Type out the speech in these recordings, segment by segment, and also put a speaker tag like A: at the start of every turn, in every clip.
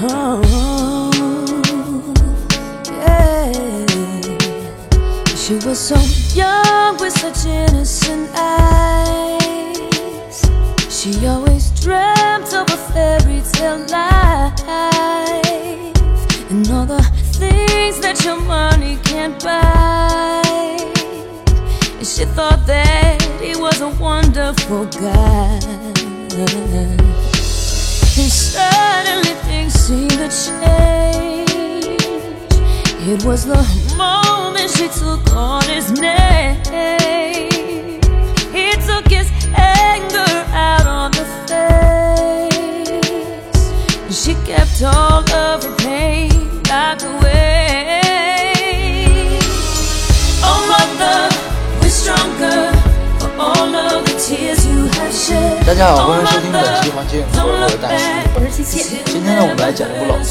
A: Uh-huh. home. Yeah. She was so young with such innocent eyes. She always dreamt of a fairy tale life and all the things that your money can't buy. And she thought that he was a wonderful guy. And suddenly things seemed to change. It was the moment she took on his name. He took his anger out on the face. And she kept all of her pain back away. Oh, mother, we're stronger for all of the tears you have shed.
B: 大家好，
A: Oh,
B: 欢迎收听本
A: mother,
B: 期《环球影说》，
A: don't
B: 我是
A: look
B: 大西。
A: back.
C: 我是七七，
B: 今天呢，我们来讲一部老片，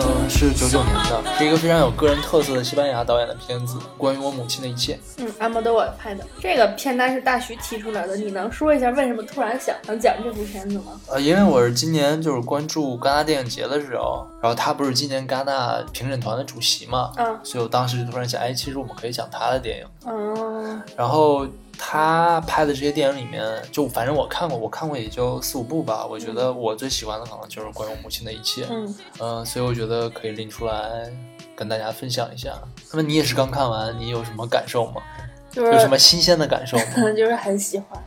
B: 嗯、是九九年的，是一个非常有个人特色的西班牙导演的片子，《关于我母亲的一切》。
C: 嗯，阿莫多瓦拍的这个片单是大徐提出来的，你能说一下为什么突然想想讲这部片子吗？
B: 呃，因为我是今年就是关注戛纳电影节的时候，然后他不是今年戛纳评审团的主席嘛，
C: 嗯
B: 所以我当时就突然想，哎，其实我们可以讲他的电影。
C: 嗯
B: 然后他拍的这些电影里面，就反正我看过，我看过也就四五部吧。我觉得我最喜欢的可能就是《关于我母亲的一切》。
C: 嗯，
B: 嗯，所以我觉得可以拎出来跟大家分享一下。那么你也是刚看完，你有什么感受吗？
C: 就
B: 有
C: 是
B: 什么新鲜的感受吗？
C: 就是很喜欢。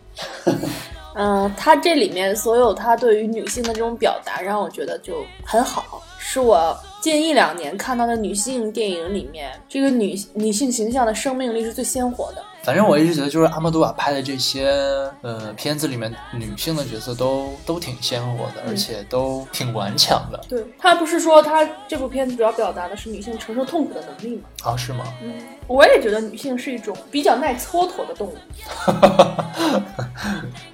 C: 嗯，他这里面所有他对于女性的这种表达，让我觉得就很好，是我近一两年看到的女性电影里面，这个女女性形象的生命力是最鲜活的。
B: 反正我一直觉得，就是阿莫多瓦拍的这些呃片子里面，女性的角色都都挺鲜活的，而且都挺顽强的
C: 对他不是说他这部片子主要表达的是女性承受痛苦的能力吗？
B: 啊，是吗？
C: 嗯，我也觉得女性是一种比较耐蹉跎的动物，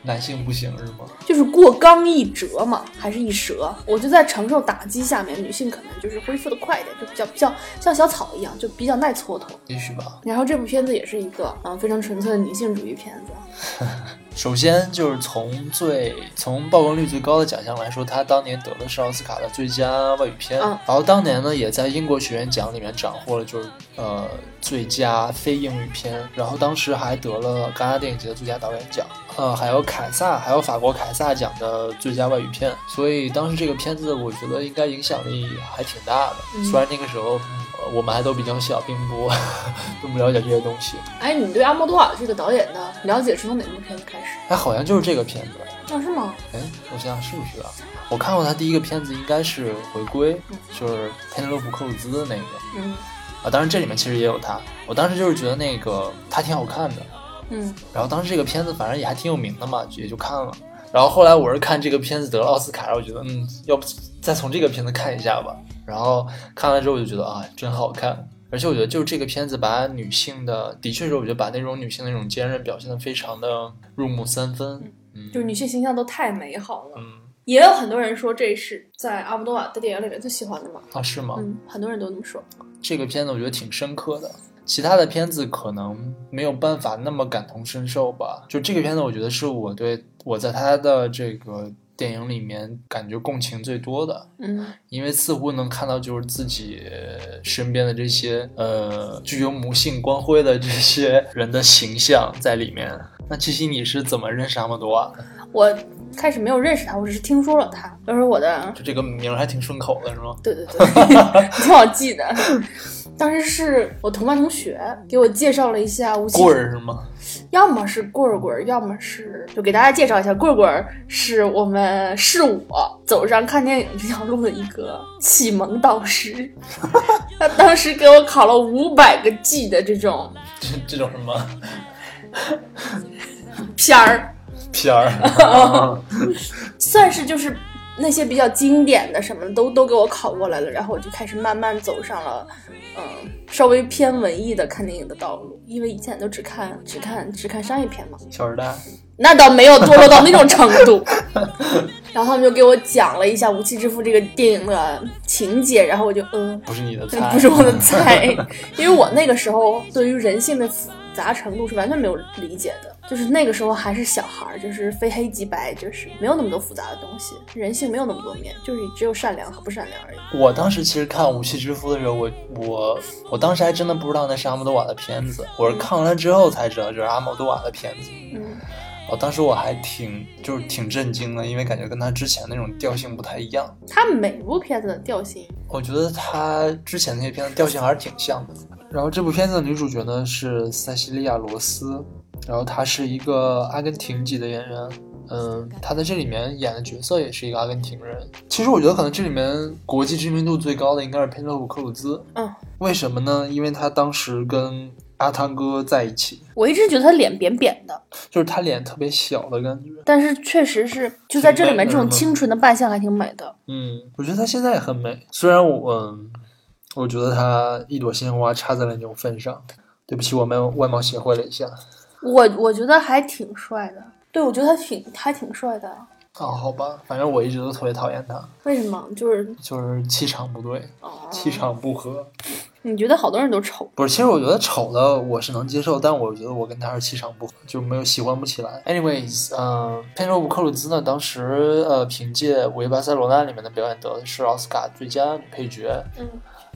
B: 男性不行是吗？
C: 就是过刚易折嘛，还是易折？我就在承受打击下面，女性可能就是恢复的快一点，就比较比较像小草一样，就比较耐蹉跎。
B: 也许吧。
C: 然后这部片子也是一个嗯非常纯粹的女性主义片子，
B: 首先就是从最从曝光率最高的奖项来说，他当年得的是奥斯卡的最佳外语片，
C: 嗯
B: 然后当年呢也在英国学院奖里面斩获了就是呃最佳非英语片，然后当时还得了戛纳电影节的最佳导演奖，呃还有凯撒还有法国凯撒奖的最佳外语片，所以当时这个片子我觉得应该影响力还挺大的，
C: 嗯
B: 虽然那个时候。嗯呃我们还都比较小，并不 并不了解这些东西。
C: 哎，你对阿莫多瓦这个导演的了解是从哪部片子开始？
B: 哎，好像就是这个片子，
C: 啊，是吗？
B: 哎，我想想是不是啊？我看过他第一个片子，应该是《回归》，就是佩内洛普·克鲁兹的那个
C: 嗯
B: 啊。当然，这里面其实也有他。我当时就是觉得那个他挺好看的，
C: 嗯
B: 然后当时这个片子反正也还挺有名的嘛，也就看了。然后后来我是看这个片子得了奥斯卡，然后我觉得嗯，要不再从这个片子看一下吧。然后看完之后我就觉得啊，真好看。而且我觉得就是这个片子把女性的，的确是我觉得把那种女性的那种坚韧表现的非常的入木三分。嗯，
C: 就是女性形象都太美好了，
B: 嗯
C: 也有很多人说这是在阿莫多瓦的电影里面最喜欢的嘛。
B: 啊是吗？
C: 嗯，很多人都那么说。
B: 这个片子我觉得挺深刻的。其他的片子可能没有办法那么感同身受吧。就这个片子，我觉得是我对我在他的这个电影里面感觉共情最多的，
C: 嗯
B: 因为似乎能看到就是自己呃身边的这些呃具有母性光辉的这些人的形象在里面。那七七，你是怎么认识阿莫多瓦的？
C: 我开始没有认识他，我只是听说了他。就是我的，
B: 就这个名儿还挺顺口的，是吗？
C: 对对对， 挺好记的。当时是我同班同学给我介绍了一下无锡
B: 棍，儿是吗？
C: 要么是棍儿棍儿，要么是就给大家介绍一下，棍儿棍儿是我们是我走上看电影这条路的一个启蒙导师。 他当时给我考了五百个 G 的这种
B: 这这种什么
C: 片儿，
B: 片儿？ 啊
C: 算是就是那些比较经典的什么的都都给我考过来了，然后我就开始慢慢走上了，嗯、稍微偏文艺的看电影的道路，因为以前都只看只看只看商业片嘛，
B: 小时代。
C: 那倒没有堕落到那种程度。然后他们就给我讲了一下《无期之父》这个电影的情节，然后我就嗯，
B: 不是你的
C: 这
B: 菜，
C: 不是我 的菜，因为我那个时候对于人性的复杂程度是完全没有理解的。就是那个时候还是小孩儿，就是非黑即白，就是没有那么多复杂的东西，人性没有那么多面，就是只有善良和不善良而已。
B: 我当时其实看《武器之夫》的时候，我我我当时还真的不知道那是阿莫多瓦的片子，我是看完了之后才知道这是阿莫多瓦的片子。
C: 嗯，
B: 哦，当时我还挺就是挺震惊的，因为感觉跟他之前那种调性不太一样。
C: 他每部片子的调性，
B: 我觉得他之前那些片子调性还是挺像的。然后这部片子的女主角呢是塞西利亚·罗斯，然后她是一个阿根廷籍的演员。嗯，她在这里面演的角色也是一个阿根廷人。其实我觉得可能这里面国际知名度最高的应该是佩洛普·克鲁兹。
C: 嗯，
B: 为什么呢？因为她当时跟阿汤哥在一起，
C: 我一直觉得他脸扁扁的，
B: 就是她脸特别小的感觉。
C: 但是确实是就在这里面这种清纯的扮相还挺美的。
B: 嗯，我觉得她现在也很美，虽然我，嗯，我觉得她一朵鲜花插在了牛粪上。对不起，我们外貌协会了一下。
C: 我我觉得还挺帅的，对我觉得他挺还挺帅的。
B: 哦，好吧，反正我一直都特别讨厌她，
C: 为什么？就是
B: 就是气场不对，
C: 哦，
B: 气场不合。
C: 你觉得好多人都丑，
B: 不是，其实我觉得丑的我是能接受，但我觉得我跟他是气场不合，就没有喜欢不起来。Anyways，嗯，佩洛普·克鲁兹呢，当时呃凭借《午夜巴塞罗那》里面的表演得的是奥斯卡最佳女配角。
C: 嗯，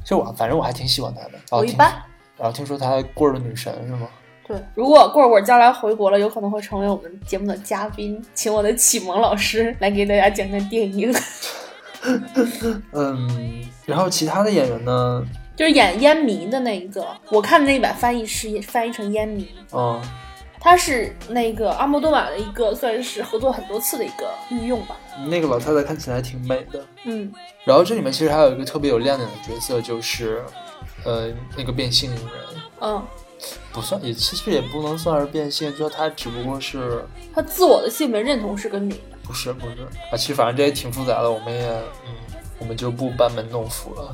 B: 就我反正我还挺喜欢她的。然后
C: 我一
B: 听
C: 般。
B: 然后听说她还过了女神是吗？
C: 对，如果棍儿棍儿将来回国了，有可能会成为我们节目的嘉宾，请我的启蒙老师来给大家讲讲电影，
B: 嗯，然后其他的演员呢，
C: 就是演烟迷的那一个。我看那一版翻译是也翻译成烟迷，
B: 嗯，
C: 他是那个阿莫多瓦的一个算是合作很多次的一个御用吧。
B: 那个老太太看起来挺美的。
C: 嗯，
B: 然后这里面其实还有一个特别有亮点的角色，就是呃那个变性人，
C: 嗯，
B: 不算也其实也不能算是变性，就她只不过是
C: 嗯他自我的性别认同是个女的。
B: 不是不是啊，其实反正这也挺复杂的，我们也嗯，我们就不班门弄斧了。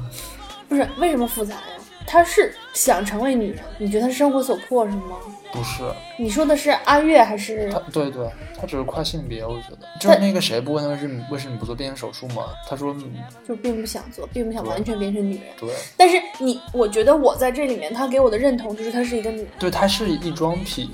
C: 不是为什么复杂呀？他是想成为女人，你觉得他生活所迫是吗？
B: 不是，
C: 你说的是阿月还是
B: 他对对，他只是跨性别，我觉得就是那个谁不问他是你为什么你不做变性手术吗？他说嗯
C: 就并不想做，并不想完全变成女人？
B: 对
C: 但是你，我觉得我在这里面，他给我的认同就是她是一个女人。
B: 对，他是异装癖，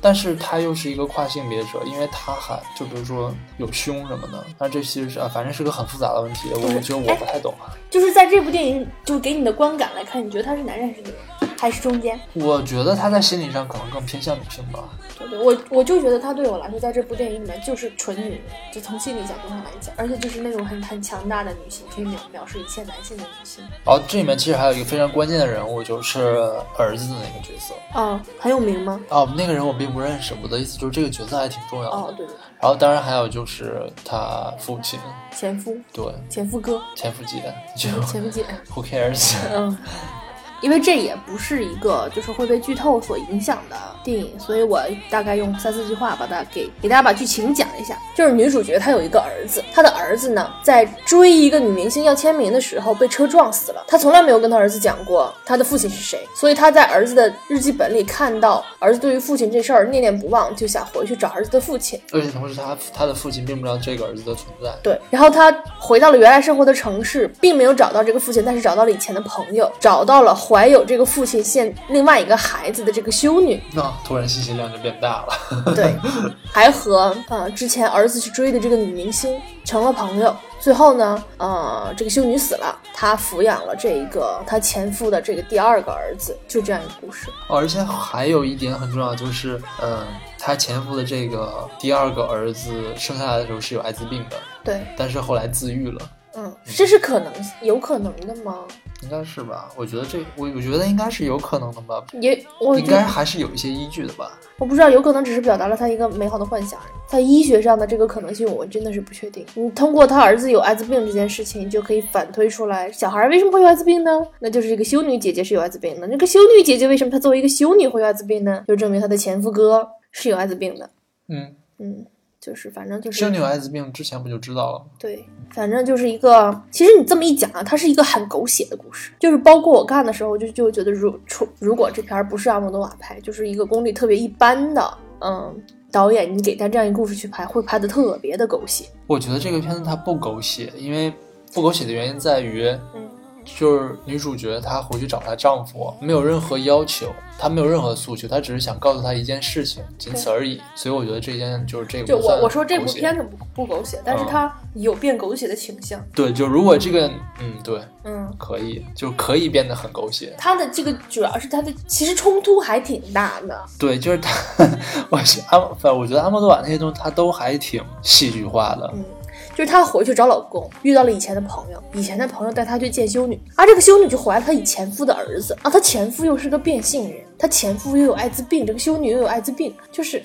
B: 但是他又是一个跨性别者，因为他还就比如说有胸什么的，那这其实是啊，反正是个很复杂的问题，我觉得我不太懂啊。
C: 就是在这部电影，就给你的观感来看，你觉得她是男人还是女人，还是中间？
B: 我觉得他在心理上可能更偏向女性吧。
C: 对对，我我就觉得她对我来说，在这部电影里面就是纯女人，就从心理角度上来讲，而且就是那种很很强大的女性，可以藐藐视一切男性的女性。
B: 然后这里面其实还有一个非常关键的人物，就是儿子的那个角色。
C: 嗯，很有名吗？
B: 哦，那个人我并不认识，我的意思就是这个角色还挺重要的。
C: 哦，对对，
B: 然后当然还有就是他父亲，
C: 前夫、
B: 对，
C: 前夫哥、
B: 前夫姐，就
C: 前夫姐，
B: who cares？
C: 嗯。因为这也不是一个就是会被剧透所影响的电影，所以我大概用三四句话把它给给大家把剧情讲一下。就是女主角她有一个儿子，她的儿子呢在追一个女明星要签名的时候被车撞死了。她从来没有跟她儿子讲过她的父亲是谁，所以她在儿子的日记本里看到儿子对于父亲这事儿念念不忘，就想回去找儿子的父亲。
B: 而且同时他他的父亲并不知道这个儿子的存在。
C: 对，然后他回到了原来生活的城市，并没有找到这个父亲，但是找到了以前的朋友，找到了怀有这个父亲现另外一个孩子的这个修女，
B: 那、突然信息量就变大了。
C: 对，还和呃之前儿子去追的这个女明星成了朋友。最后呢，呃，这个修女死了，她抚养了这一个她前夫的这个第二个儿子，就这样一个故事。
B: 哦，而且还有一点很重要，就是，嗯，他前夫的这个第二个儿子生下来的时候是有艾滋病的，
C: 对，
B: 但是后来自愈了，
C: 嗯，这是可能有可能的吗？
B: 应该是吧？我觉得这，我我觉得应该是有可能的吧，
C: 也，我
B: 应
C: 觉得
B: 该还是有一些依据的吧。
C: 我不知道，有可能只是表达了他一个美好的幻想而已。在医学上的这个可能性，我真的是不确定。你通过他儿子有艾滋病这件事情，就可以反推出来，小孩为什么会有艾滋病呢？那就是这个修女姐姐是有艾滋病的。那个修女姐姐为什么她作为一个修女会有艾滋病呢？就证明她的前夫哥是有艾滋病的。
B: 嗯，
C: 嗯，就是反正就是
B: 生女有艾滋病之前不就知道了吗？
C: 对，反正就是一个，其实你这么一讲啊，它是一个很狗血的故事。就是包括我看的时候，就就觉得如出如果这片儿不是阿莫多瓦拍，就是一个功力特别一般的，嗯，导演你给他这样一个故事去拍，会拍的特别的狗血。
B: 我觉得这个片子它不狗血，因为不狗血的原因在于，
C: 嗯
B: 就是女主角她回去找她丈夫，没有任何要求，她没有任何诉求，她只是想告诉他一件事情，仅此而已。所以我觉得这件就是这个。
C: 就
B: 不算
C: 我我说这部
B: 狗血啊
C: 片子不不狗血，但是它有变狗血的倾向。
B: 对，就如果这个嗯对，
C: 嗯，
B: 可以就可以变得很狗血。
C: 它的这个主要是它的其实冲突还挺大的。
B: 对，就是他， 我是阿，反正我觉得阿莫多瓦那些东西他都还挺戏剧化的。
C: 嗯，就是她回去找老公，遇到了以前的朋友，以前的朋友带她去见修女，啊，这个修女就怀了她以前夫的儿子，啊，她前夫又是个变性人，她前夫又有艾滋病，这个修女又有艾滋病，就是，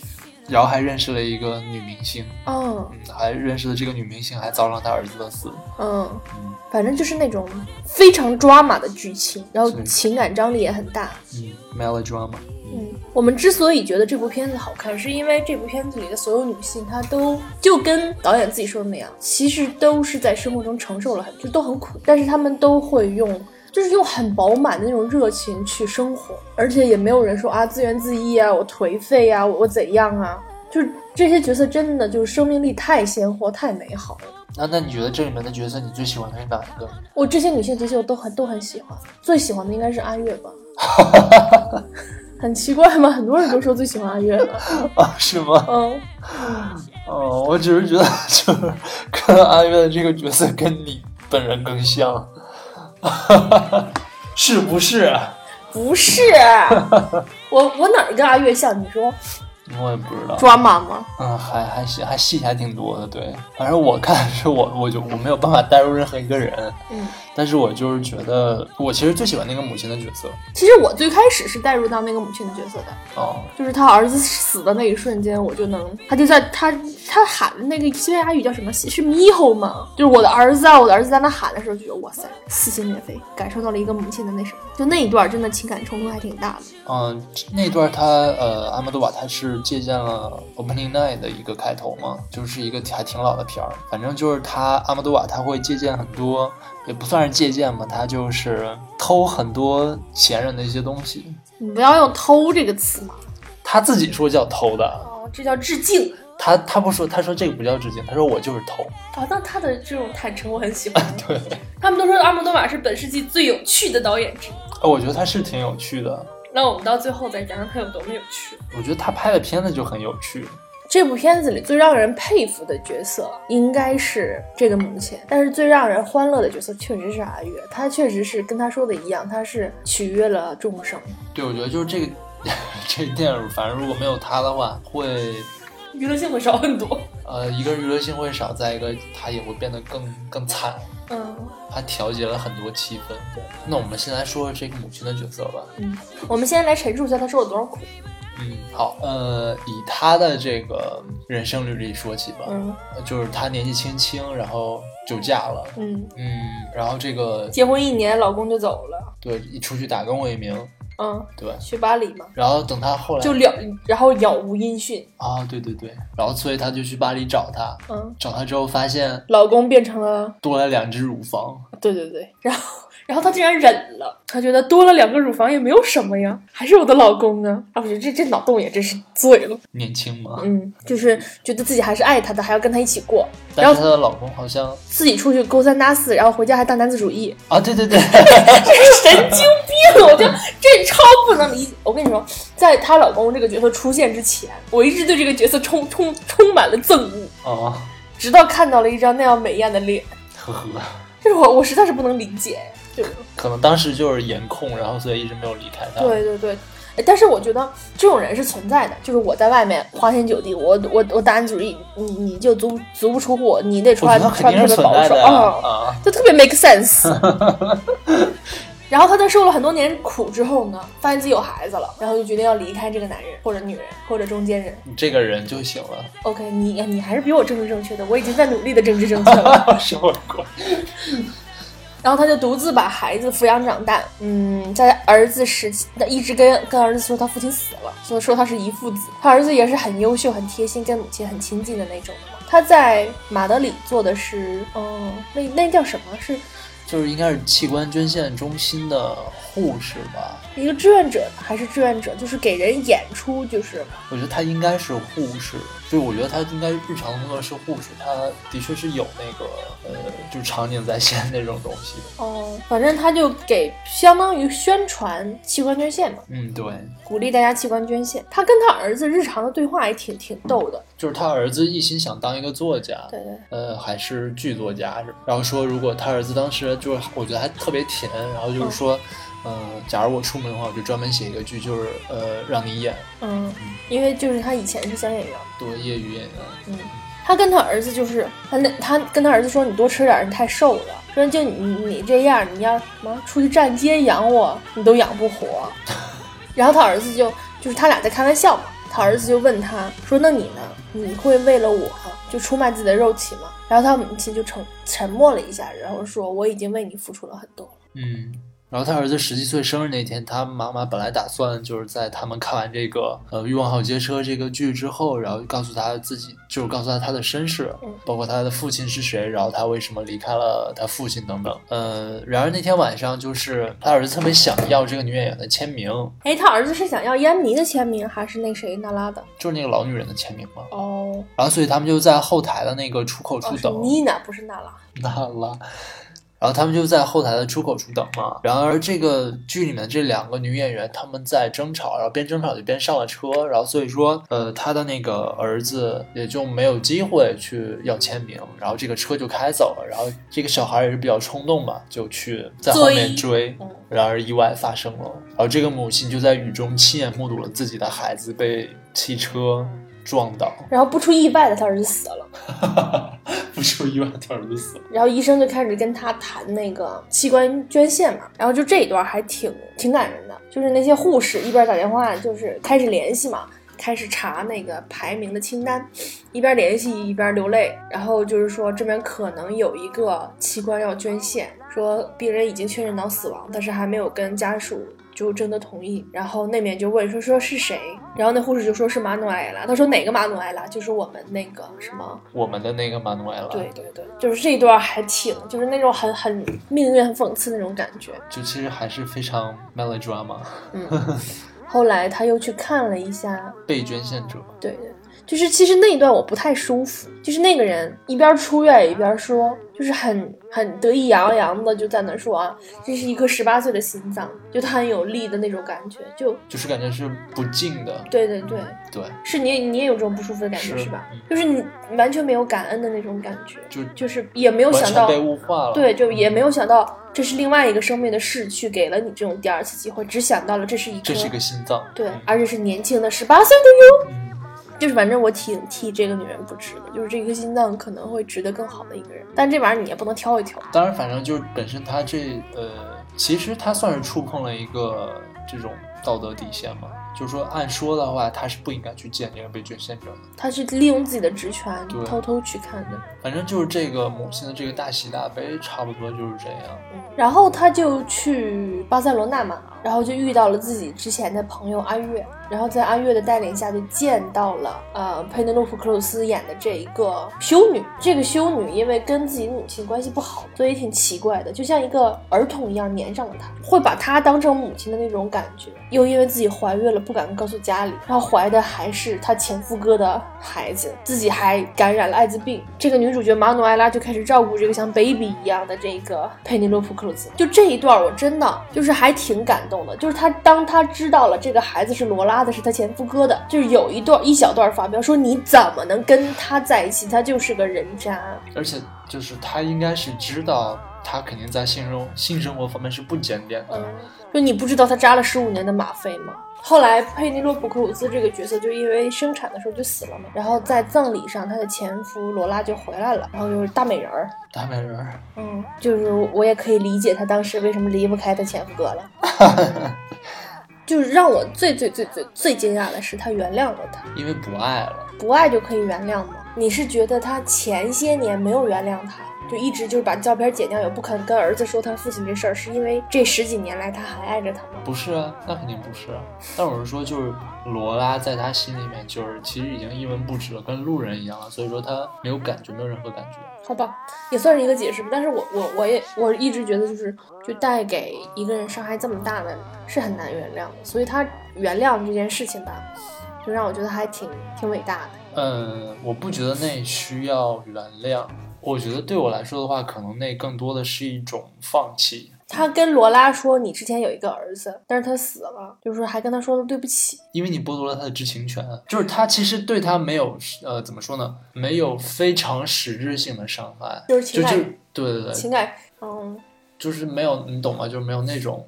B: 然后还认识了一个女明星，
C: 嗯
B: 嗯，还认识了这个女明星，还造成她儿子的死。
C: 嗯
B: 嗯，
C: 反正就是那种非常 drama 的剧情，然后
B: 对
C: 情感张力也很大。
B: 嗯，melodrama。
C: 嗯，我们之所以觉得这部片子好看，是因为这部片子里的所有女性，她都就跟导演自己说的那样，其实都是在生活中承受了很，就都很苦，但是她们都会用，就是用很饱满的那种热情去生活，而且也没有人说啊自怨自艾啊，我颓废啊，我我怎样啊，就是这些角色真的就是生命力太鲜活，太美好了。
B: 那那你觉得这里面的角色你最喜欢的是哪一个？
C: 我这些女性角色我都很都很喜欢，最喜欢的应该是阿月吧。很奇怪吗？很多人都说最喜欢阿月了。
B: 啊，是吗？
C: 嗯，
B: 哦，我只是觉得 就是看到阿月的这个角色跟你本人更像， 是不是？啊
C: 不是，我我哪儿跟阿月像？你说
B: 我也不知道。
C: 抓马吗？
B: 嗯，还还戏还戏还挺多的，对。反正我看是我我就我没有办法带入任何一个人，
C: 嗯，
B: 但是我就是觉得我其实最喜欢那个母亲的角色
C: 其实我最开始是带入到那个母亲的角色的，
B: 哦，
C: 就是他儿子死的那一瞬间，我就能，他就在他他喊的那个西班牙语叫什么？是猕猴吗？就是我的儿子啊，我的儿子在那喊的时候，就觉得哇塞，撕心裂肺，感受到了一个母亲的那什么，就那一段真的情感冲突还挺大的。
B: 嗯，那段他呃阿莫多瓦他是借鉴了《Opening Night》的一个开头嘛，就是一个还挺老的片儿，反正就是他阿莫多瓦他会借鉴很多，也不算是借鉴吧，他就是偷很多前人的一些东西，
C: 你不要用偷这个词嘛，
B: 他自己说叫偷的，
C: 哦，这叫致敬。
B: 他他不说他说这个不叫致敬，他说我就是偷，
C: 啊，那他的这种坦诚我很喜欢。
B: 对。
C: 他们都说阿莫多瓦是本世纪最有趣的导演之一，
B: 哦，我觉得他是挺有趣的，
C: 那我们到最后再讲讲他有多么有趣。
B: 我觉得他拍的片子就很有趣。
C: 这部片子里最让人佩服的角色应该是这个母亲，但是最让人欢乐的角色确实是阿月，她确实是跟她说的一样，她是取悦了众生，
B: 对，我觉得就是这个 这个电影，反正如果没有他的话，会
C: 娱乐性会少很多。
B: 呃一个娱乐性会少，再一个他也会变得更更惨。
C: 嗯，
B: 他调节了很多气氛。对，那我们先来说这个母亲的角色吧。
C: 我们先来陈述一下她受了多少苦。
B: 嗯，好，呃，以他的这个人生履历说起吧，呃
C: 嗯
B: 就是他年纪轻轻，然后就嫁了，
C: 嗯，
B: 嗯，然后这个
C: 结婚一年老公就走了。
B: 对一出去打工为名，
C: 嗯，
B: 对，
C: 去巴黎嘛，
B: 然后等他后来
C: 就了，然后杳无音讯。
B: 啊，对对对，然后所以他就去巴黎找她，
C: 嗯，
B: 找她之后发现
C: 老公变成了
B: 多了两只乳房，
C: 对对对，然后然后她竟然忍了，她觉得多了两个乳房也没有什么呀，还是我的老公啊！啊，我觉得这这脑洞也真是醉了，
B: 年轻嘛，
C: 嗯，就是觉得自己还是爱他的，还要跟他一起过，然
B: 但是她
C: 后
B: 的老公好像
C: 自己出去勾三搭四，然后回家还大男子主义，
B: 啊，对对对，
C: 这是神经病！啊我就这超不能理解。我跟你说，在她老公这个角色出现之前，我一直对这个角色充充充满了憎恶，
B: 哦，
C: 直到看到了一张那样美艳的脸，
B: 呵呵，
C: 就是我我实在是不能理解，就是。
B: 可能当时就是颜控，然后所以一直没有离开他。，
C: 对对对，哎但是我觉得这种人是存在的，就是我在外面花天酒地，我我我大男子主义，你你就足足不出户，你得
B: 我觉
C: 穿
B: 得他肯
C: 穿
B: 定
C: 特
B: 是存
C: 别保
B: 在
C: 守，
B: 的
C: 啊，
B: 啊啊，
C: 就特别 make sense。然后她在受了很多年苦之后呢，发现自己有孩子了，然后就决定要离开这个男人或者女人或者中间人。
B: 你这个人就行了。
C: OK，你你还是比我政治正确的，我已经在努力的政治正确了。
B: 什么鬼？
C: 然后她就独自把孩子抚养长大。嗯，在儿子时期，她一直跟跟儿子说她父亲死了，所以说她是遗父子。她儿子也是很优秀、很贴心，跟母亲很亲哦近的那种的嘛。她在马德里做的是，嗯，那那叫什么？是
B: 就是应该是器官捐献中心的护士吧？
C: 一个志愿者还是志愿者，就是给人演出，就是
B: 我觉得她应该是护士，就是我觉得她应该日常工作是护士，她的确是有那个呃，就是场景在线那种东西的。
C: 哦，反正他就给相当于宣传器官捐献嘛，
B: 嗯，对，
C: 鼓励大家器官捐献。他跟他儿子日常的对话也挺挺逗的。
B: 就是他儿子一心想当一个作家，
C: 对对，
B: 呃，还是剧作家是吧，然后说如果他儿子当时就是我觉得还特别甜，然后就是说，呃，假如我出门的话，我就专门写一个剧，就是呃让你演，
C: 嗯，因为就是他以前是小演员嘛。
B: 多业余演员，
C: 他跟他儿子就是他那他跟他儿子说你多吃点儿，你太瘦了。说就你你这样，你要什么出去站街养我，你都养不活。 然后他儿子就就是他俩在开玩笑嘛，他儿子就问他说那你呢？你会为了我就出卖自己的肉体吗？然后他母亲就沉沉默了一下，然后说我已经为你付出了很多了。
B: 嗯。然后他儿子十七岁生日那天，他妈妈本来打算就是在他们看完这个呃《欲望号街车》这个剧之后，然后告诉他自己，就是告诉他他的身世
C: 嗯，
B: 包括他的父亲是谁，然后他为什么离开了他父亲等等。呃，然而那天晚上，就是他儿子特别想要这个女演员的签名，
C: 哎，他儿子是想要烟迷的签名还是那谁娜拉的？
B: 就是那个老女人的签名嘛。
C: 哦，
B: 然后所以他们就在后台的那个出口处
C: 哦是
B: 等。
C: 妮娜不是娜拉。
B: 那拉。然后他们就在后台的出口处等嘛。然而这个剧里面这两个女演员她们在争吵，然后边争吵就边上了车，然后所以说，呃，他的那个儿子也就没有机会去要签名，然后这个车就开走了。然后这个小孩也是比较冲动嘛，就去在后面追
C: 嗯，
B: 然而意外发生了。然后这个母亲就在雨中亲眼目睹了自己的孩子被汽车撞倒，
C: 然后不出意外的，他儿子死了。
B: 不出意外，他儿子死了。
C: 然后医生就开始跟他谈那个器官捐献嘛，然后就这一段还挺挺感人的，就是那些护士一边打电话，就是开始联系嘛，开始查那个排名的清单，一边联系一边流泪，然后就是说这边可能有一个器官要捐献，说病人已经确诊到死亡，但是还没有跟家属。就征得同意，然后那边就问说说是谁，然后那护士就说是马努埃拉，他说哪个马努埃拉，就是我们那个什么
B: 我们的那个马努埃拉，
C: 对对对，就是这一段还挺，就是那种很很命运很讽刺那种感觉。
B: 就其实还是非常 melodrama
C: 嗯，后来他又去看了一下，
B: 被捐献者，
C: 对对，就是其实那一段我不太舒服，就是那个人一边出院一边说，就是很很得意洋洋的就在那说啊，这是一颗十八岁的心脏，就他很有力的那种感觉，就
B: 就是感觉是不敬的，
C: 对嗯对对，
B: 对，
C: 是你也你也有这种不舒服的感觉
B: 是
C: 是吧
B: 嗯？
C: 就是你完全没有感恩的那种感觉，
B: 就
C: 就是也没有
B: 完
C: 想
B: 全
C: 到
B: 被物化了，
C: 对，就也没有想到这是另外一个生命的逝去，给了你这种第二次机会，只想到了这是一个
B: 嗯这是一个心脏，
C: 对，
B: 嗯
C: 而且是年轻的十八岁的
B: 嗯
C: 哟。就是反正我挺替这个女人不值的，就是这颗心脏可能会值得更好的一个人，但这玩意儿你也不能挑一挑。
B: 当然，反正就是本身他这呃，其实他算是触碰了一个这种道德底线嘛，就是说按说的话，他是不应该去见这个被捐献者的。
C: 她是利用自己的职权
B: 对
C: 偷偷去看的，
B: 反正就是这个母亲的这个大喜大悲，差不多就是这样。
C: 嗯然后她就去巴塞罗那嘛，然后就遇到了自己之前的朋友阿月，然后在阿月的带领下就见到了呃佩内洛普·克鲁斯演的这一个修女。这个修女因为跟自己母亲关系不好，所以挺奇怪的，就像一个儿童一样粘上了她，会把她当成母亲的那种感觉。又因为自己怀孕了，不敢告诉家里，然后怀的还是她前夫哥的孩子，自己还感染了艾滋病。这个女主角马努埃拉就开始照顾这个像 baby 一样的这个佩内洛普·克鲁斯。就这一段，我真的就是还挺感动的。就是她当她知道了这个孩子是罗拉的，是她前夫哥的，就是有一段一小段发飙说你怎么能跟他在一起？他就是个人渣。
B: 而且就是他应该是知道，他肯定在性生性生活方面是不检点的。
C: 嗯，就你不知道他扎了十五年的吗啡吗？后来佩内洛普·克鲁兹这个角色就因为生产的时候就死了嘛，然后在葬礼上，她的前夫罗拉就回来了，然后就是大美人儿，
B: 大美人儿，
C: 嗯，就是我也可以理解她当时为什么离不开她前夫哥了。就是让我最最最最最惊讶的是，她原谅了他，
B: 因为不爱了。
C: 不爱就可以原谅吗？你是觉得她前些年没有原谅他，就一直就是把照片剪掉，也不肯跟儿子说他父亲这事儿，是因为这十几年来他还爱着他吗？
B: 不是啊，那肯定不是啊。但我是说，就是罗拉在他心里面，就是其实已经一文不值了，跟路人一样了。所以说他没有感觉，没有任何感觉。
C: 好吧，也算是一个解释吧。但是我我我也我一直觉得就是就带给一个人伤害这么大的是很难原谅的，所以他原谅这件事情吧，就让我觉得还挺挺伟大的。
B: 嗯，我不觉得那需要原谅。我觉得对我来说的话，可能那更多的是一种放弃。
C: 他跟罗拉说：“你之前有一个儿子，但是他死了，就是还跟他说了对不起。
B: 因为你剥夺了他的知情权，就是他其实对他没有呃怎么说呢，没有非常实质性的伤害，
C: 就是情感
B: 就对对对，
C: 情感，嗯，
B: 就是没有你懂吗？就是没有那种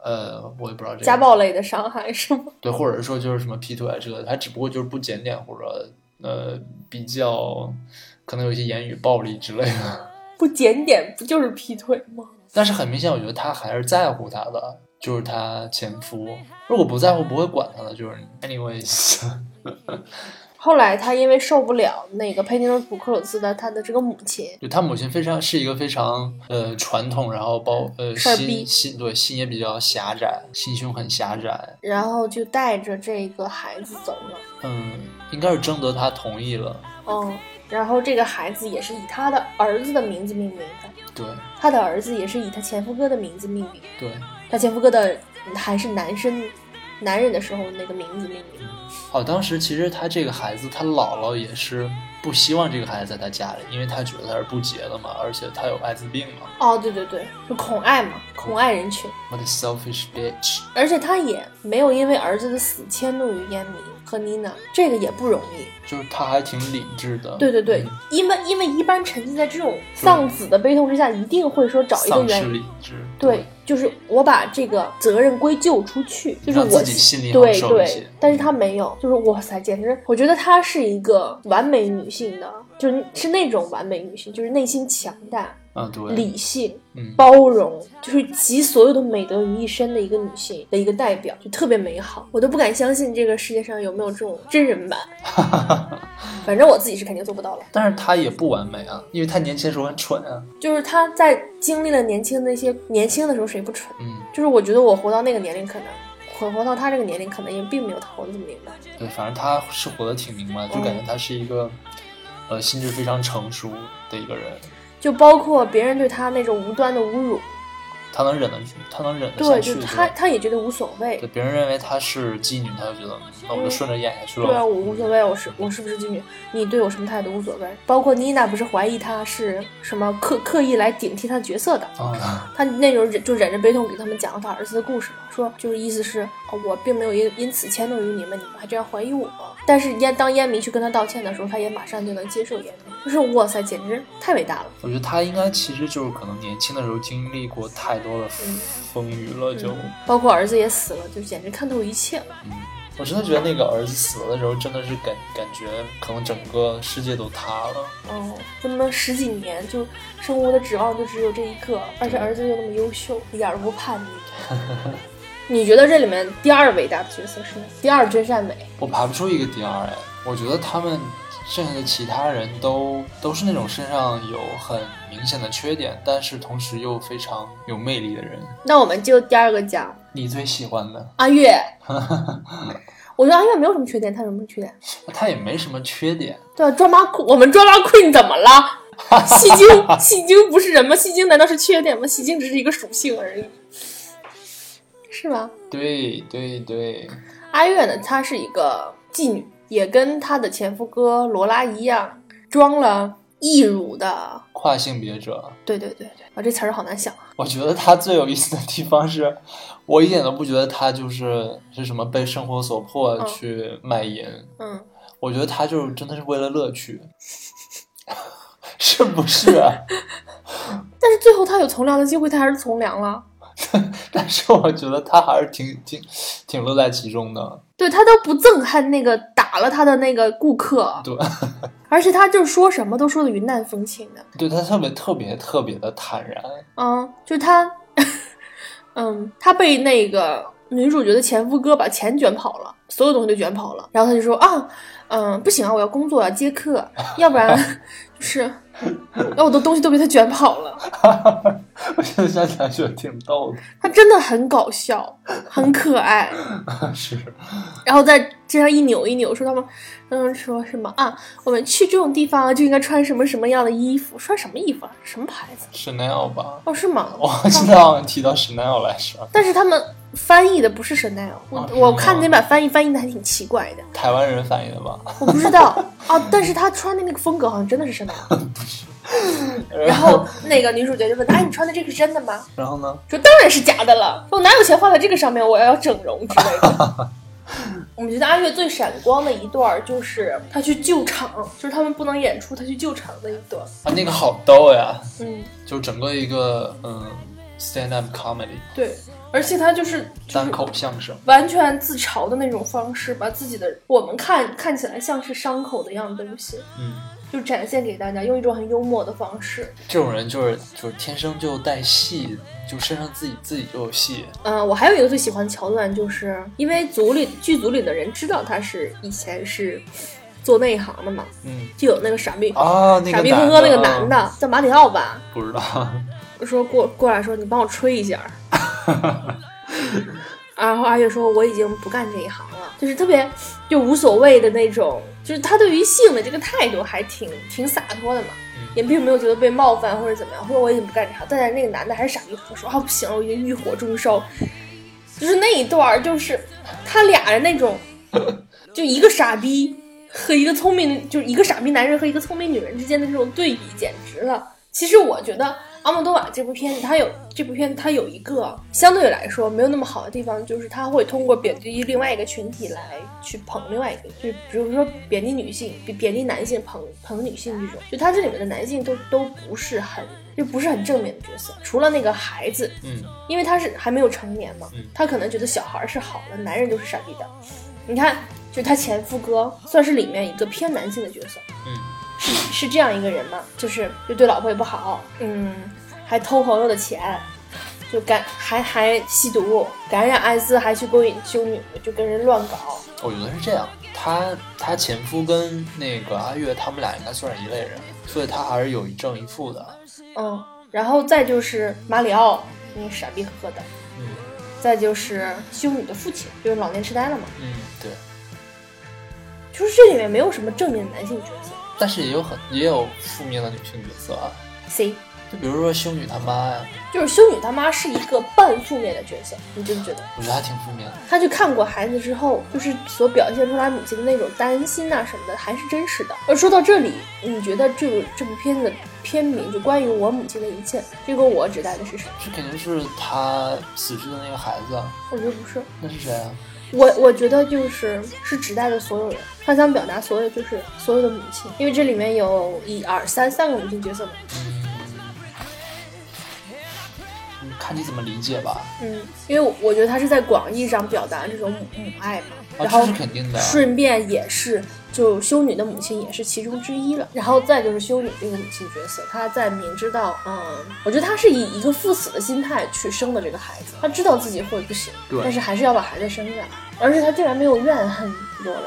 B: 呃，我也不知道这个
C: 家暴类的伤害是吗？
B: 对，或者说就是什么劈腿啊之类的，他只不过就是不检点或者呃比较可能有一些言语暴力之类的，
C: 不检点不就是劈腿吗？
B: 但是很明显，我觉得他还是在乎他的，就是他前夫。如果不在乎，不会管他的，就是 anyways。
C: 后来他因为受不了那个佩妮洛普·克鲁斯的他的这个母亲，
B: 就他母亲非常是一个非常呃传统，然后包呃
C: 事儿逼
B: 心心对心也比较狭窄，心胸很狭窄，
C: 然后就带着这个孩子走了。
B: 嗯，应该是征得他同意了，
C: 嗯，然后这个孩子也是以他的儿子的名字命名的，
B: 对
C: 他的儿子也是以他前夫哥的名字命名的。
B: 对。
C: 他前夫哥的还是男生男人的时候那个名字命名。
B: 哦，当时其实他这个孩子，他姥姥也是不希望这个孩子在他家里，因为他觉得他是不洁的嘛，而且他有艾滋病嘛。
C: 哦，对对对，就孔爱嘛，孔爱人群，
B: What a selfish bitch！
C: 而且他也没有因为儿子的死迁怒于烟米和妮娜，这个也不容易。
B: 就是他还挺理智的。
C: 对对对
B: 嗯，
C: 因为因为一般沉浸在这种丧子的悲痛之下，一定会说找一个
B: 丧
C: 原
B: 失
C: 因。
B: 理智。
C: 对，，就是我把这个责任归咎出去，就是
B: 让
C: 我
B: 自己心里好
C: 对
B: 受一
C: 对
B: 些，
C: 但是她没有，就是哇塞，简直，我觉得她是一个完美女性的，就是是那种完美女性，就是内心强大、
B: 嗯，对，
C: 理性、
B: 嗯，
C: 包容，就是集所有的美德于一身的一个女性的一个代表，就特别美好。我都不敢相信这个世界上有没有这种真 人版，反正我自己是肯定做不到了。
B: 但是他也不完美啊，因为他年轻的时候很蠢啊。
C: 就是她在经历了年轻的一些年轻的时候，谁不蠢？
B: 嗯，
C: 就是我觉得我活到那个年龄，可能活活到他这个年龄，可能也并没有他活得这么明白。
B: 对，反正他是活得挺明白，就感觉他是一个，呃，心智非常成熟的一个人，
C: 就包括别人对他那种无端的侮辱，
B: 他能忍得住，他能忍得下
C: 对，就
B: 去。
C: 是
B: 对
C: 他
B: 吧
C: 他也觉得无所谓
B: 对，别人认为他是妓女，他就觉得嗯那我就顺着演下去了。
C: 对啊，我无所谓，我是我是不是妓女，你对我什么态度无所谓。包括妮娜不是怀疑他是什么刻刻意来顶替他角色的，
B: 啊，
C: 他那种忍就忍着悲痛给他们讲了他儿子的故事嘛，说就是意思是、哦我并没有因因此迁怒于你们，你们还这样怀疑我。但是烟当烟迷去跟他道歉的时候，他也马上就能接受烟迷，就是哇塞，简直太伟大了。
B: 我觉得他应该其实就是可能年轻的时候经历过太多的
C: 嗯
B: 风雨了，就。
C: 包括儿子也死了，就简直看透一切了。
B: 我真的觉得那个儿子死了的时候，真的是感感觉可能整个世界都塌了。
C: 哦，这么十几年，就生活的指望就只有这一个，而且儿子又那么优秀，一点儿都不叛逆。你觉得这里面第二伟大的角色是哪？第二真善美，
B: 我排不出一个第二哎，我觉得他们剩下的其他人都都是那种身上有很明显的缺点，但是同时又非常有魅力的人。
C: 那我们就第二个讲
B: 你最喜欢的
C: 阿月。我觉得阿月没有什么缺点，她有什么缺点？
B: 他也没什么缺点，
C: 对啊，抓马裤，我们抓马 queen 怎么了？戏精，戏精不是人吗？戏精难道是缺点吗？戏精只是一个属性而已，是吧？
B: 对对对，
C: 阿月呢，她是一个妓女，也跟她的前夫哥罗拉一样，装了义乳的。
B: 跨性别者。
C: 对对对对，啊，这词儿好难想啊。
B: 我觉得他最有意思的地方是，我一点都不觉得他就是是什么被生活所迫
C: 嗯
B: 去卖淫，
C: 嗯，
B: 我觉得他就是真的是为了乐趣， 是不是啊？
C: 但是最后她有从良的机会，她还是从良了。
B: 但是我觉得他还是挺挺挺乐在其中的。
C: 对她都不憎恨那个打了她的那个顾客，
B: 对，
C: 而且她就是说什么都说的云淡风轻的。
B: 对他特别特别特别的坦然。
C: 嗯，就是她，嗯，她被那个女主角的前夫哥把钱卷跑了，所啊有东西都卷跑了。然后她就说啊，嗯，不行啊，我要工作，要接客，要不然。 是，那我的东西都被他卷跑了。
B: 我现在想起来觉得挺逗
C: 他真的很搞笑，很可爱。
B: 的， 是
C: 然后在这样一扭一扭，说他们，嗯，说什么啊？我们去这种地方啊就应该穿什么什么样的衣服？穿什么衣服啊？什么牌子？
B: Chanel 吧？
C: 哦，是吗？
B: 我知道提到 Chanel 来说，
C: 但是他们翻译的不是 Chanel，我、
B: 啊是吗
C: 我看那版翻译翻译的还挺奇怪的，
B: 台湾人翻译的吧？
C: 我不知道啊。但是他穿的那个风格好像真的是 Chanel。然后那个女主角就问他：“哎，你穿的这个是真的吗
B: 然后呢？”？
C: 说：“当然是假的了，我哪有钱花在这个上面？我要整容之类的。” 我们觉得阿月最闪光的一段儿就是她去救场，就是他们不能演出，她去救场的一段。
B: 啊，那个好逗呀！
C: 嗯，
B: 就整个一个嗯 stand up comedy
C: 对，而且她就是
B: 单口相声，
C: 完全自嘲的那种方式，把自己的我们看看起来像是伤口的样的东西，
B: 嗯，
C: 就展现给大家，用一种很幽默的方式。
B: 这种人就是就是天生就带戏，就身上自己自己就有戏，
C: 嗯，我还有一个最喜欢的桥段，就是因为组里剧组里的人知道他是以前是做那一行的嘛，
B: 嗯
C: 就有那个傻逼、
B: 啊，那个
C: 傻逼呵
B: 男
C: 呵
B: 的哦
C: 那个男的叫马里奥吧，
B: 不知道，
C: 说过过来说你帮我吹一下，然后阿月说我已经不干这一行了，就是特别就无所谓的那种，就是他对于性的这个态度还挺挺洒脱的嘛，也并没有觉得被冒犯或者怎么样，或者我已经不干这行，但是那个男的还是傻逼呵呵说啊不行，我已经欲火中烧，就是那一段儿就是他俩人那种，就一个傻逼和一个聪明，就是一个傻逼男人和一个聪明女人之间的这种对比，简直了。其实我觉得《阿莫多瓦》这部片子，它有这部片子它有一个相对来说没有那么好的地方，就是它会通过贬低另外一个群体来去捧另外一个，就比如说贬低女性、比贬低男性、捧捧女性这种，就它这里面的男性都都不是很就不是很正面的角色，除了那个孩子，
B: 嗯，
C: 因为他是还没有成年嘛
B: 嗯，
C: 他可能觉得小孩儿是好的，男人就是傻逼的。你看，就他前夫哥算是里面一个偏男性的角色，
B: 嗯，
C: 是是这样一个人嘛，就是就对老婆也不好，嗯，还偷朋友的钱，就感还还吸毒，感染艾滋，还去勾引修女，就跟人乱搞。
B: 我觉得是这样，他他前夫跟那个阿月他们俩应该算是一类人，所以他还是有一正一负的，
C: 嗯，然后再就是马里奥，那个傻逼呵呵的，
B: 嗯
C: 再就是修女的父亲，就是老年痴呆了嘛。
B: 嗯，对。
C: 就是这里面没有什么正面的男性角色，
B: 但是也有很也有负面的女性角色啊，
C: 谁？
B: 就比如说修女他妈呀，
C: 就是修女她妈是一个半负面的角色，你觉不觉得？
B: 我觉得她挺负面的。
C: 她去看过孩子之后，就是所表现出来母亲的那种担心呐、什么的，还是真实的。而说到这里，你觉得这部这部片子的片名就关于我母亲的一切，这个我指代的是谁？
B: 这肯定是他死去的那个孩子，啊，
C: 我觉得不是，
B: 那是谁啊？
C: 我我觉得就是是指代的所有人，她想表达所有就是所有的母亲，因为这里面有一二三三个母亲角色嘛。
B: 嗯，看你怎么理解吧。
C: 嗯，因为我我觉得他是在广义上表达这种母母爱嘛，
B: 啊，
C: 然后
B: 这是肯定的啊。
C: 顺便也是就修女的母亲也是其中之一了。然后再就是修女这个母亲角色，她在明知道，嗯，我觉得她是以一个赴死的心态去生的这个孩子，她知道自己会不行
B: 对，
C: 但是还是要把孩子生下来，而且她竟然没有怨恨罗兰，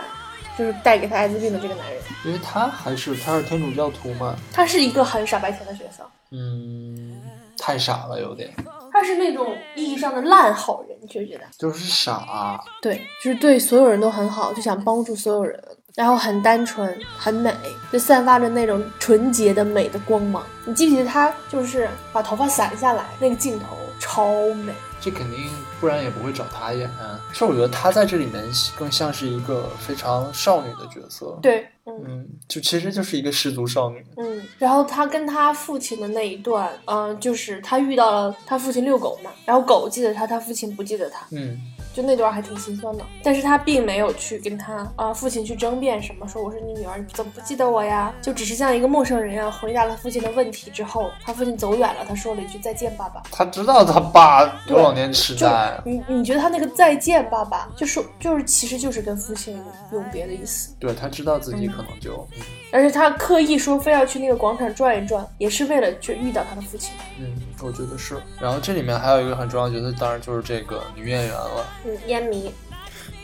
C: 就是带给她艾滋病的这个男人，
B: 因为他还是他是天主教徒嘛，
C: 他是一个很傻白甜的角色。
B: 嗯，太傻了有点，
C: 他是那种意义上的烂好人，你觉不觉得？
B: 就是傻。
C: 对，就是对所有人都很好，就想帮助所有人，然后很单纯，很美，就散发着那种纯洁的美的光芒。你记不记得他就是把头发散下来那个镜头超美？
B: 这肯定，不然也不会找他演啊。其实我觉得他在这里面更像是一个非常少女的角色。，
C: 对，嗯
B: 嗯，就其实就是一个失足少女。
C: 嗯。然后他跟他父亲的那一段，嗯、就是他遇到了他父亲遛狗嘛，然后狗记得他，他父亲不记得他，
B: 嗯，
C: 就那段还挺心酸的。但是他并没有去跟他啊、父亲去争辩什么，说我是你女儿，你怎么不记得我呀？就只是像一个陌生人一样回答了父亲的问题之后，他父亲走远了，他说了一句再见，爸爸。
B: 他知道他爸有
C: 对
B: 老年痴
C: 就
B: 呆。
C: 你你觉得他那个再见，爸爸，就说就是其实就是跟父亲永别的意思。
B: 对他知道自己可能就
C: 而且他刻意说非要去那个广场转一转，也是为了去遇到他的父亲。
B: 嗯，我觉得是。然后这里面还有一个很重要的角色，当然就是这个女演员了，
C: 嗯，烟迷，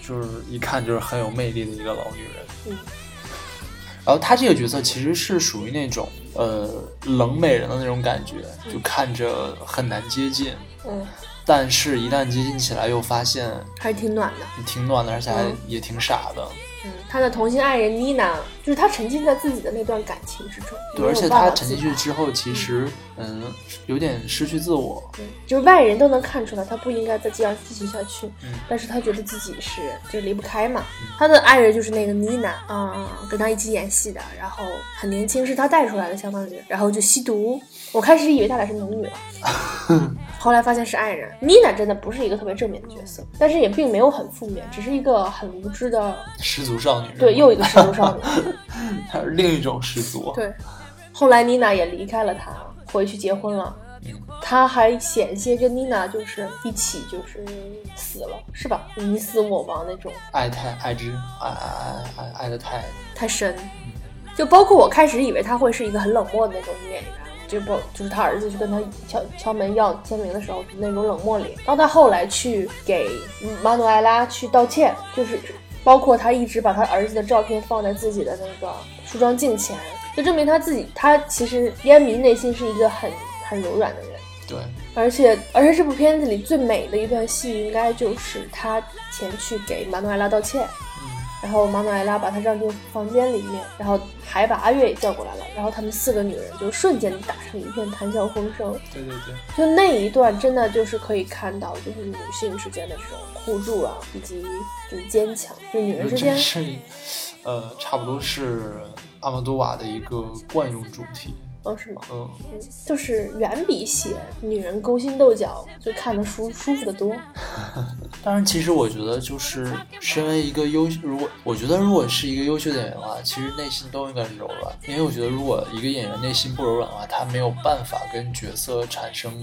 B: 就是一看就是很有魅力的一个老女人。
C: 嗯，
B: 然后她这个角色其实是属于那种呃冷美人的那种感觉，就看着很难接近，
C: 嗯，
B: 但是一旦接近起来，又发现
C: 还是挺暖的。
B: 挺暖的，而且还
C: 嗯
B: 也挺傻的。
C: 嗯，他的同性爱人妮娜，就是他沉浸在自己的那段感情之中，
B: 对，
C: 没有
B: 而且
C: 办
B: 他
C: 法
B: 沉
C: 自
B: 进去
C: 拔
B: 之后，其实嗯有点失去自我，
C: 对就是外人都能看出来，他不应该再这样继续下去。
B: 嗯
C: 但是他觉得自己是就离不开嘛。他的爱人就是那个妮娜，嗯，跟他一起演戏的，然后很年轻，是他带出来的，相当于，然后就吸毒。我开始以为他俩是母女了，后来发现是爱人。妮娜真的不是一个特别正面的角色，但是也并没有很负面，只是一个很无知的，
B: 失足少女。
C: 对，又一个失足少女。
B: 她是另一种失足。
C: 对，后来妮娜也离开了他，回去结婚了。
B: 嗯
C: 他还险些跟妮娜就是一起就是死了，是吧？你死我亡那种，
B: 爱太爱之爱爱爱爱爱的太
C: 太深。就包括我开始以为他会是一个很冷漠的那种女演员，就不就是他儿子去跟他敲敲门要签名的时候那种冷漠脸，到他后来去给马努埃拉去道歉，就是包括他一直把他儿子的照片放在自己的那个梳妆镜前，就证明他自己，他其实烟迷内心是一个很很柔软的人。
B: 对，
C: 而且，而且这部片子里最美的一段戏，应该就是他前去给马努埃拉道歉，
B: 嗯
C: 然后马努埃拉把他让进房间里面，然后还把阿月也叫过来了，然后他们四个女人就瞬间打成一片谈笑风生。
B: 对对对，
C: 就那一段，真的就是可以看到，就是女性之间的这种互助啊，以及就是坚强，就女
B: 我
C: 人
B: 觉得
C: 之
B: 这
C: 间，
B: 是呃差不多是阿莫多瓦的一个惯用主题。
C: 哦，是吗？
B: 嗯，
C: 嗯 就是远比写女人勾心斗角就看得舒舒服得多。
B: 当然，其实我觉得就是身为一个优秀，如果我觉得如果是一个优秀的演员的话，其实内心都应该是柔软，因为我觉得如果一个演员内心不柔软的话，他没有办法跟角色产生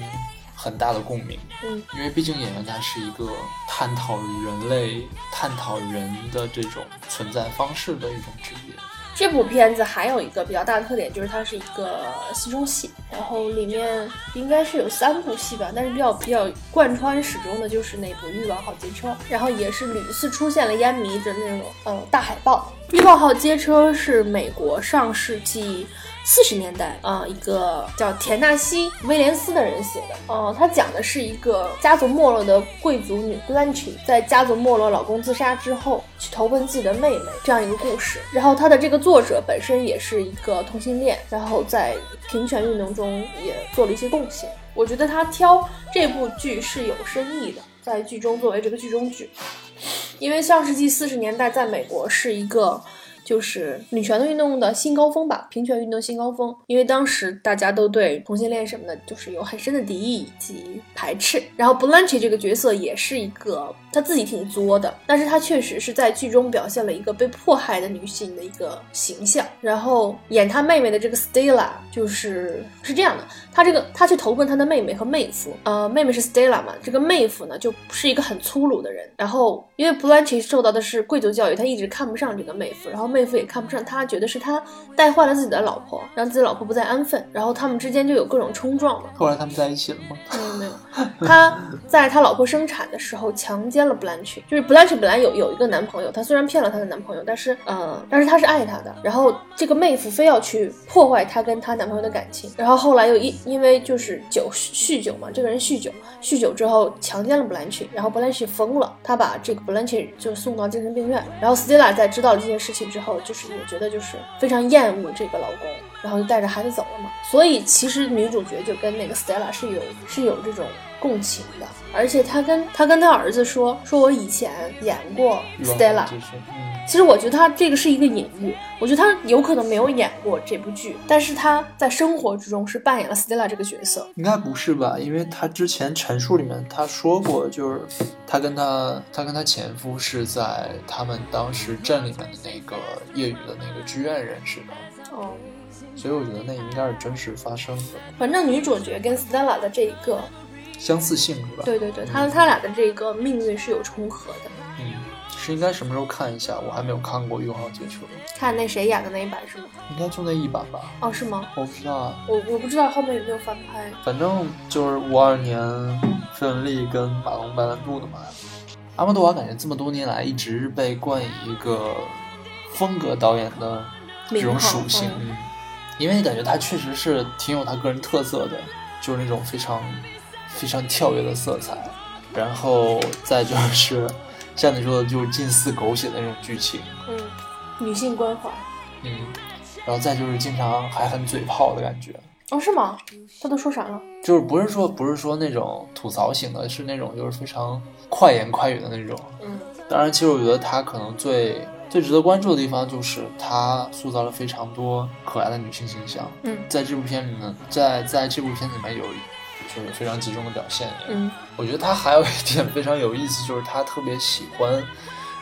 B: 很大的共鸣。
C: 嗯，
B: 因为毕竟演员他是一个探讨人类、探讨人的这种存在方式的一种职业。
C: 这部片子还有一个比较大的特点，就是它是一个戏中戏，然后里面应该是有三部戏吧，但是比较比较贯穿始终的就是那部《欲望号街车》，然后也是屡次出现了烟迷的那种呃大海报。《欲望号街车》是美国上世纪四十年代啊、呃一个叫田纳西威廉斯的人写的。哦、他讲的是一个家族没落的贵族女 Blanche 在家族没落、老公自杀之后去投奔自己的妹妹这样一个故事。然后他的这个作者本身也是一个同性恋，然后在平权运动中也做了一些贡献。我觉得他挑这部剧是有深意的，在剧中作为这个剧中剧，因为上世纪四十年代在美国是一个。就是女权的运动的新高峰吧，平权运动新高峰。因为当时大家都对同性恋什么的，就是有很深的敌意以及排斥。然后 Blanche 这个角色也是一个，她自己挺作的，但是她确实是在剧中表现了一个被迫害的女性的一个形象。然后演她妹妹的这个 Stella 就是是这样的，她这个她去投奔她的妹妹和妹夫，呃，妹妹是 Stella 嘛，这个妹夫呢就不是一个很粗鲁的人。然后因为 Blanche 受到的是贵族教育，他一直看不上这个妹夫，然后妹夫也看不上他，觉得是他带坏了自己的老婆，让自己老婆不再安分。然后他们之间就有各种冲撞嘛。
B: 后来他们在一起了吗？
C: 没嗯有没有，他在他老婆生产的时候强奸了布兰奇，就是布兰奇本来有有一个男朋友，她虽然骗了她的男朋友，但是呃，但是她是爱他的。然后这个妹夫非要去破坏她跟她男朋友的感情，然后后来又因因为就是酒酗酒嘛，这个人酗酒，酗酒之后强奸了布兰奇，然后布兰奇疯了，他把这个布兰奇就送到精神病院。然后斯蒂拉在知道了这件事情之后，就是也觉得就是非常厌恶这个老公，然后就带着孩子走了嘛。所以其实女主角就跟那个 Stella 是有是有这种共情的，而且她跟她跟她儿子说，说我以前演过
B: 欲望
C: Stella，
B: 就是嗯，
C: 其实我觉得他这个是一个隐喻，我觉得他有可能没有演过这部剧，但是他在生活之中是扮演了 Stella 这个角色。
B: 应该不是吧？因为他之前陈述里面他说过，就是他跟他他跟他前夫是在他们当时镇里面的那个业余的那个剧院认识的，
C: 哦，
B: 所以我觉得那应该是真实发生的，
C: 反正女主角跟 Stella 的这一个，
B: 相似性是吧？
C: 对对对，她她俩的这个命运是有重合的。
B: 嗯，是应该什么时候看一下？我还没有看过《用好接触》，
C: 看那谁演的那一版是吗？
B: 应该就那一版吧？
C: 哦，是吗？
B: 我不知道啊，
C: 我我不知道后面有没有翻拍。
B: 反正就是五二年费雯丽跟马龙白兰度的嘛。阿莫多瓦感觉这么多年来一直被冠以一个风格导演的这种属性，
C: 名号
B: 嗯因为感觉她确实是挺有她个人特色的，就是那种非常非常跳跃的色彩，然后再就是像你说的，就是近似狗血的那种剧情，
C: 嗯，女性关怀。
B: 嗯，然后再就是经常还很嘴炮的感觉，
C: 哦，是吗？他都说啥了？
B: 就是不是说不是说那种吐槽型的，是那种就是非常快言快语的那种。
C: 嗯
B: 当然，其实我觉得她可能最最值得关注的地方就是她塑造了非常多可爱的女性形象，
C: 嗯
B: 在这部片里面，在在这部片里面有就是非常集中的表现。
C: 嗯
B: 我觉得她还有一点非常有意思，就是她特别喜欢，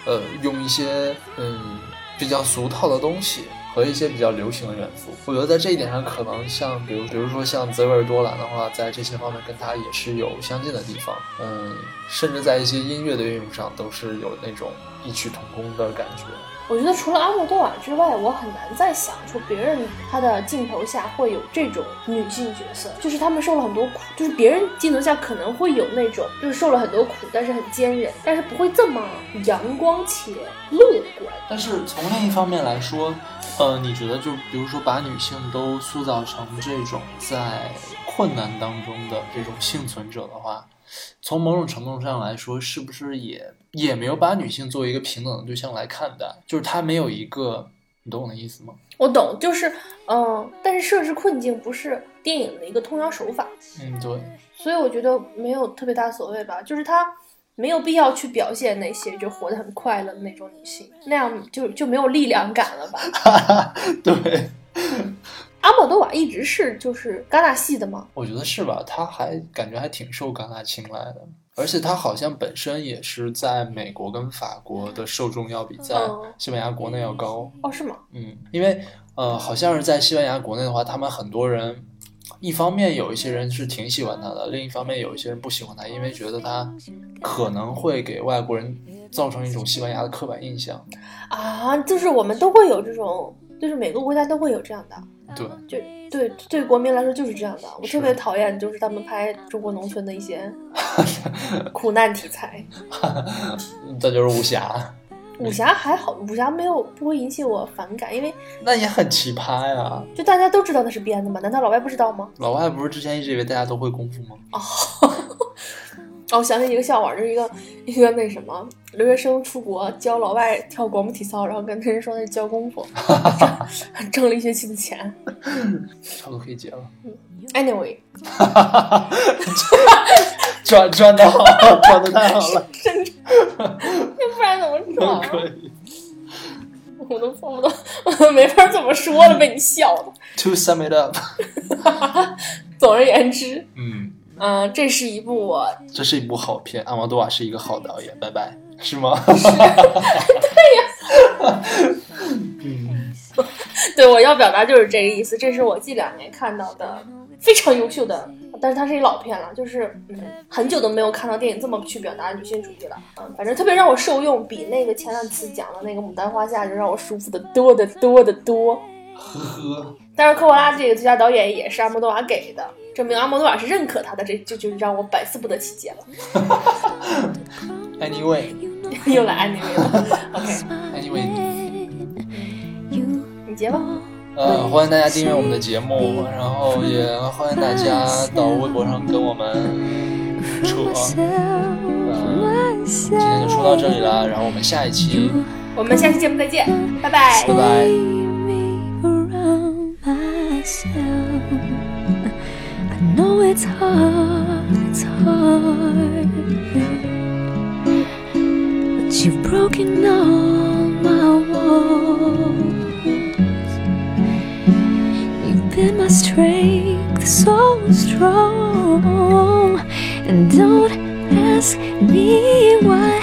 B: 呃，用一些嗯比较俗套的东西。和一些比较流行的元素，我觉得在这一点上，可能像比如，比如说像泽维尔多兰的话，在这些方面跟她也是有相近的地方，嗯，甚至在一些音乐的运用上，都是有那种异曲同工的感觉。
C: 我觉得除了阿莫多瓦之外，我很难再想出别人他的镜头下会有这种女性角色，就是他们受了很多苦，就是别人镜头下可能会有那种就是受了很多苦，但是很坚韧，但是不会这么阳光且乐观。
B: 但是从另一方面来说，呃，你觉得就比如说把女性都塑造成这种在困难当中的这种幸存者的话，从某种程度上来说，是不是也也没有把女性作为一个平等的对象来看待？就是她没有一个，你懂我的意思吗？
C: 我懂，就是嗯，但是设置困境不是电影的一个通常手法，
B: 嗯，对，
C: 所以我觉得没有特别大所谓吧，就是他没有必要去表现那些就活得很快乐的那种女性，那样就就没有力量感了吧。
B: 对，
C: 阿莫多瓦一直是就是戛纳系的嘛，
B: 我觉得是吧？她还感觉还挺受戛纳青睐的，而且她好像本身也是在美国跟法国的受众要比在
C: 嗯
B: 西班牙国内要高。
C: 哦是吗？
B: 嗯，因为呃，好像是在西班牙国内的话，他们很多人，一方面有一些人是挺喜欢他的，另一方面有一些人不喜欢他，因为觉得他可能会给外国人造成一种西班牙的刻板印象。
C: 啊，就是我们都会有这种，就是每个国家都会有这样的，
B: 对，
C: 就对对国民来说就是这样的。我
B: 是
C: 特别讨厌就是他们拍中国农村的一些苦难题材，
B: 嗯这就是武侠，
C: 武侠还好，武侠没有不会引起我反感，因为
B: 那也很奇葩呀。
C: 就大家都知道那是编的嘛，难道老外不知道吗？
B: 老外不是之前一直以为大家都会功夫吗？
C: 哦，我想起一个笑话，就是一个 一个那什么留学生出国教老外跳广播体操，然后跟人说那是教功夫，挣了一学期的钱。
B: 差不多可以结了，
C: Anyway，
B: 转转的好， 转的太好了，
C: 不然怎么说？
B: 可以。
C: 我都我都我都没法怎么说了，被你笑的。
B: To sum it up，
C: 总而言之，
B: 嗯，
C: 嗯、这是一部我
B: 这是一部好片，阿毛多瓦是一个好导演，拜拜，是吗？嗯
C: 对我要表达就是这个意思。这是我近两年看到的非常优秀的，但是它是一老片了，就是嗯，很久都没有看到电影这么去表达女性主义了。嗯，反正特别让我受用，比那个前两次讲的那个《牡丹花下》就让我舒服的多的多的多。
B: 呵呵，
C: 但是科波拉这个最佳导演也是阿莫多瓦给的，证明阿莫多瓦是认可他的，这这就让我百思不得其解了。
B: Anyway，
C: 又来 anyway 了，OK，你结吧。
B: 呃，欢迎大家订阅我们的节目，然后也欢迎大家到微博上跟我们扯。嗯，今天就说到这里啦，然后我们下一期
C: 我们下期节目再见，拜拜。
B: 拜拜。
A: around myself. I know it's hard, it's hard. But you've broken all my walls. You've been my strength, so strong. And don't ask me why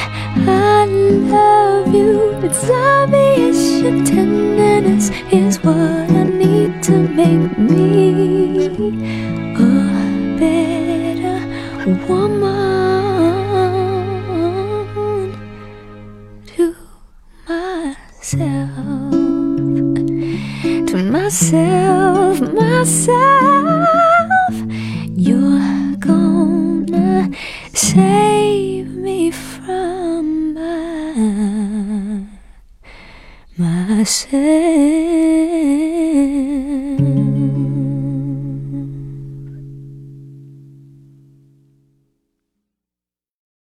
A: I love you. It's obvious your tenderness is what I need to make me a better woman to myself to myself, myself. You're gonna save me from my, myself.